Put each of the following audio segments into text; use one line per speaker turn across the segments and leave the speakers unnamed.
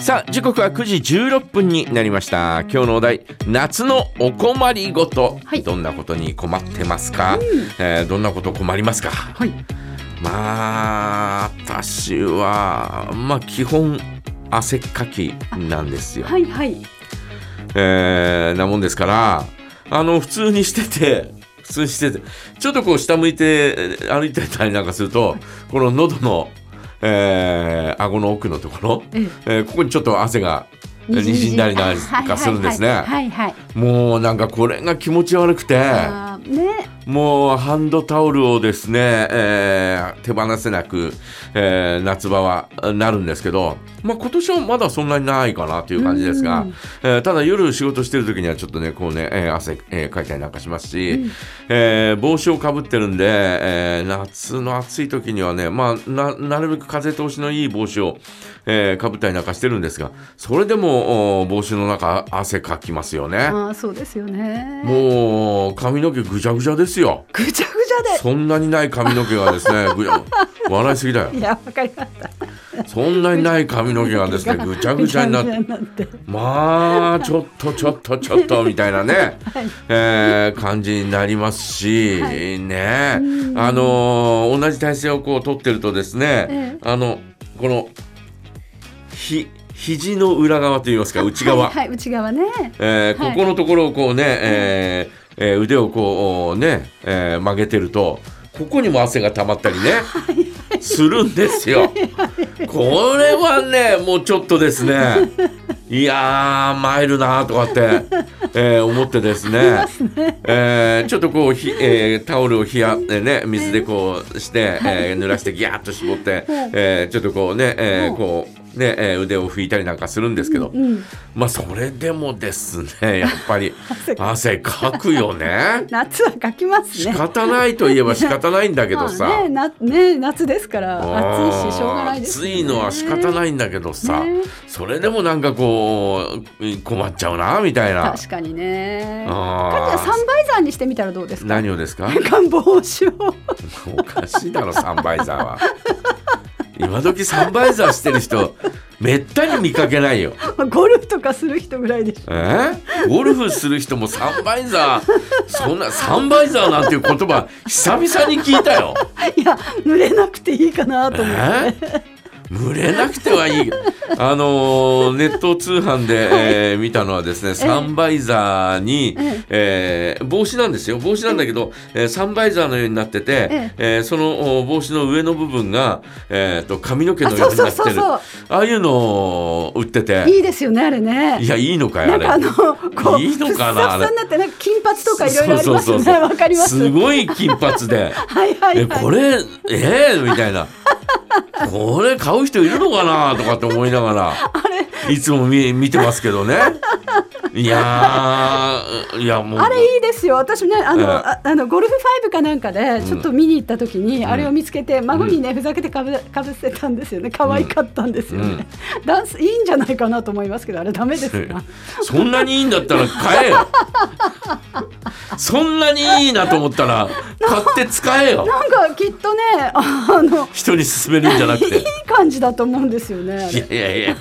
さあ時刻は9時16分になりました今日のお題夏のお困りごと、
はい
どんなことに困ってますか、えーどんなこと困りますか
はい。
まあ私はまあ基本汗っかきなんですよ、
はいはい。
えーなもんですからあの普通にしてて 普通にしててちょっとこう下向いてえー歩いてたりなんかするとこの喉の、えー、顎の奥のところ、
ええ
えーここにちょっと汗がえーにじんだりなんかするんですね、
はいはい。
もうなんかこれが気持ち悪くて
あーね。
もうハンドタオルをですね、えー手放せなく、えー夏場はなるんですけど、まあ、今年はまだそんなにないかなという感じですが
うん、
えーただ夜仕事してる時にはちょっとねこうね、えー汗、えーかいたりなんかしますし、えー帽子をかぶってるんで、えー夏の暑い時にはね、まあ、ななるべく風通しのいい帽子を、えーかぶったりなんかしてるんですがそれでもお帽子の中汗かきますよね。
ああそうですよね。
もう髪の毛ぐちゃぐちゃですよ。
ぐちゃぐちゃ
そんなにない髪の毛がです ね、ぐ笑いすぎだよ
で。。いやわかりました。
そんなにない髪の毛がですね、ぐちゃぐちゃに なって、
ぐちゃぐちゃになって
まあ、ちょっとちょっとちょっとみたいなね、
はい
えー感じになりますし、ね、あのー同じ体勢をこう取ってるとですね
ええ、
あの、この、ひ、肘の裏側といいますか、内側
はい、。はい内側ね。
えー
はい
ここのところをこうね、えーえー腕をこうね、えー曲げてるとここにも汗が溜まったりねするんですよ。これはねもうちょっとですねいやー参るなーとかって、えー思ってですねえーちょっとこうひ、えータオルを冷や、えーね、水でこうして、えー濡らしてギャーッと絞って、えーちょっとこうね、えーこうねえー腕を拭いたりなんかするんですけど。
うん。
まあそれでもです ねやっぱり汗かくよね
夏はかきます
仕
ね。
方ないといえば仕方ないんだけどさ、
まあねなね夏ですから暑
あー
いししょうがないですよね。
暑いのは仕方ないんだけどさ、
ね
それでもなんかこう困っちゃうなみたいな
確かにね。かつては
あ
サンバイザーにしてみたらどうです
ー
か。
何をですか
願望しよう。
おかしいだろサンバイザーは今時サンバイザーしてる人めったに見かけないよ
ゴルフとかする人ぐらいでしょ。
えーゴルフする人もサンバイザーそんなサンバイザーなんていう言葉久々に聞いたよ、
いや濡れなくていいかな
え
と思って。
ー、群れなくてはいいあのーネット通販で、えー見たのはですねサンバイザーに、えー帽子なんですよ帽子なんだけど、えーサンバイザーのようになってて、え
え
ーそのお帽子の上の部分が、えー、と髪の毛のようになってる
あそうそうそうそう
ああいうのを売ってて
いいですよねあれね。
いやいいのかよ
な
あ
ん
れ
かあのこう
いいのかな
ふっさ
あ
ふ
れ
さになってなんか金髪とかいろいろあります
そうそうそ
よ
う
ね。
そう
わかります。
すごい金髪で
はいはいはい。
えこれえーみたいなこれ買う人いるのかなとかって思いながらいつも見見てますけどねいやーいやもう
あれいいですよ私ねあの,、
ええ
ああのゴルフ5かなんかでちょっと見に行った時にあれを見つけて、孫にねふざけてかぶかぶせたんですよね可愛かったんですよね、ダンスいいんじゃないかなと思いますけどあれダメですか
そんなにいいんだったら買えよそんなにいいなと思ったら買って使えよ
なんかきっとねあの
人に勧めるんじゃなく
いい
て。
感じだと思うんですよねあ
い
れ
やいやいや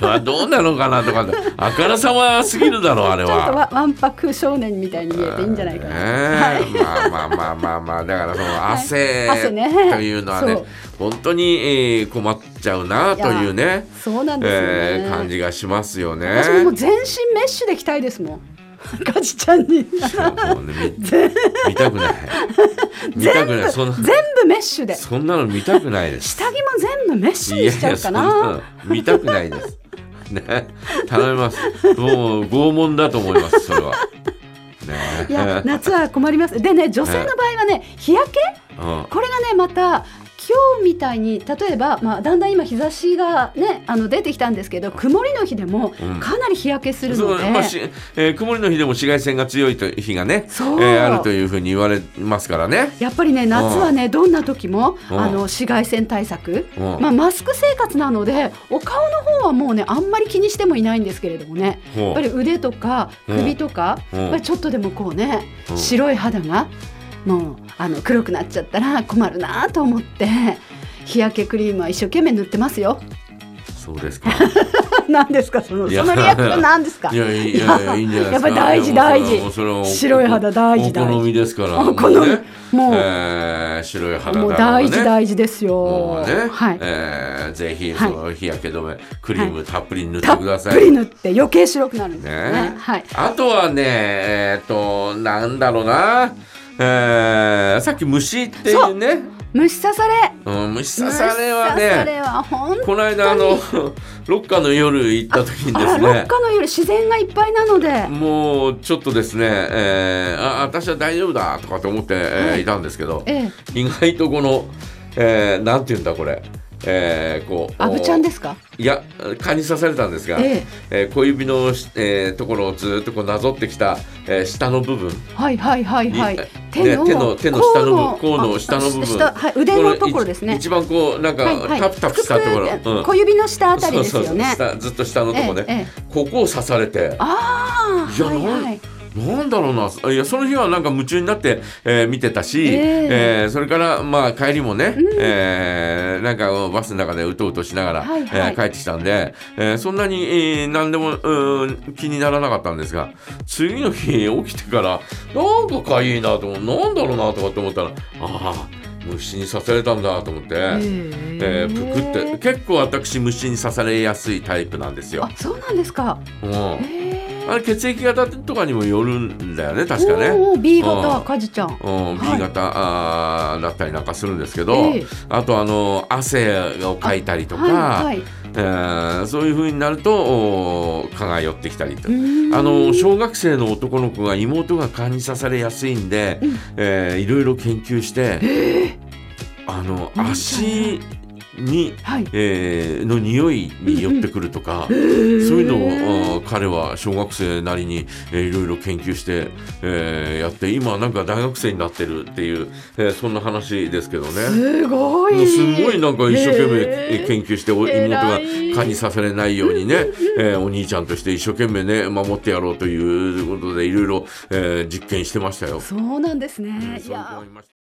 あれはどうなのかなとかってあからさますぎるだろうあれ
ちょっと
は。
わわんぱく少年みたいに見えていいんじゃないかな、
ねえまあまあまあまあまあだからその汗
はい汗ね
というのはね
そう
本当にえー困っちゃうなというね
そうなんですよね、
えー感じがしますよね。
私ももう全身メッシュで着たいですもん ガジちゃんに
もうねみ 見たくない見たくないそんな
全部メッシュで
そんなの見たくないです。
下着も全部メッシュ
い
に
や
し
い
ちゃ
や
うか
そん
な
なの見たくないです。ね頼みますもう拷問だと思いますそれは。ね
いや夏は困りますでね女性の場合はね日焼け
うん
これがねまた今日みたいに例えば、まあ、だんだん今日差しが、ね、あの出てきたんですけど曇りの日でも
うん
かなり日焼けする
そ
の
う
で、
まあしえー曇りの日でも紫外線が強いという日がね、え
そう
ーあるというふうに言われますからね。
やっぱりね夏はねどんな時も
うん
あの紫外線対策、
うん
まあ、マスク生活なのでお顔の方はもうねあんまり気にしてもいないんですけれどもね
ほう
やっぱり腕とか
うん
首とか、
うん
やっぱりちょっとでもこうね、
うん
白い肌がもうあの黒くなっちゃったら困るなと思って日焼けクリームは一生懸命塗ってますよ。
そうですか。
何ですかその
いや
そのリアクション何ですか
いやいやいやいいんじゃないですか。
やっぱ大事大事
でもそれはもうそれは
白い肌大事
お
大
好み
事
ですから。
お好み
もうね
もう
えー白い肌だ
も
ろ
う
うがね
大事大事です
もう
よ、
ね、
はい、
えーぜひ
はい
その日焼け止め、クリームたっぷり塗って
たっ
ください。
ぷり塗って余計白くなるんですよね
ね
はい
あとはね、えっ、と、なんだろうな、えーさっき虫っていうね、
虫刺され
うん、虫刺されは
虫刺さ
ね、
れは本当
この間あの、ロッカーの夜行った時にで
あ
す
ロッ
ね、
カの夜自然がいっぱいなので
もうちょっとですね、えーあ、私は大丈夫だとかって思って、えーいたんですけど、
ええ
意外とこの、えーなんていうんだこれ、えーこう、
アブちゃんですか
いや蚊に刺されたんですが、
え
えー小指のし、えーところをずーっとこうなぞってきた、えー下の部分
はいはいはいはい
に
手の
ね手の手の下の部分
甲
甲の下の部
あ
分
下はい腕のところですね
一一番こうなんか、
はいはい
タプタプしたところ、
ふく
うん
小指の下あたりですよね
そうそうそう下ずっと下のとこね、
えええ
ここを刺されて
ああ
いや
はいはい
なんだろうないやその日はなんか夢中になって、えー見てたし、
え
え
え
ーそれからまあ帰りもね、えーなんかバスの中でうとうとしながら、
はいはい
えー帰ってきたんで、えーそんなに、えー何でもうーん気にならなかったんですが次の日起きてからなんかかゆいなと思うなんだろうなとかって思ったらああ虫に刺されたんだと思って、え
え
ーぷくって結構私虫に刺されやすいタイプなんですよ
あ。そうなんですか
うん
へ
あれ血液型とかにもよるんだよね確かね。
おー B 型
うん
カジちゃん
うん、
はい
B 型、あーだったりなんかするんですけど、
ええ
あとあの汗をかいたりとか、
はいはい
えーそういう風になるとお蚊が寄ってきたりと
うーん
あの小学生の男の子が妹が蚊に刺されやすいんで、
うん
えーいろいろ研究して、あの
なんだ
足に、
はい
えーの匂いに寄ってくるとか、そういうのをあー彼は小学生なりに、えーいろいろ研究して、えーやって今なんか大学生になってるっていう、えーそんな話ですけどね。
すご
も
いう
すごいなんか一生懸命
へ
え
ー
研究してお
偉い
妹が蚊に刺されないようにね、えーお兄ちゃんとして一生懸命ね守ってやろうということでいろいろえー実験してましたよ。
そうなんですね。い
そういう
や
子
ー
もいました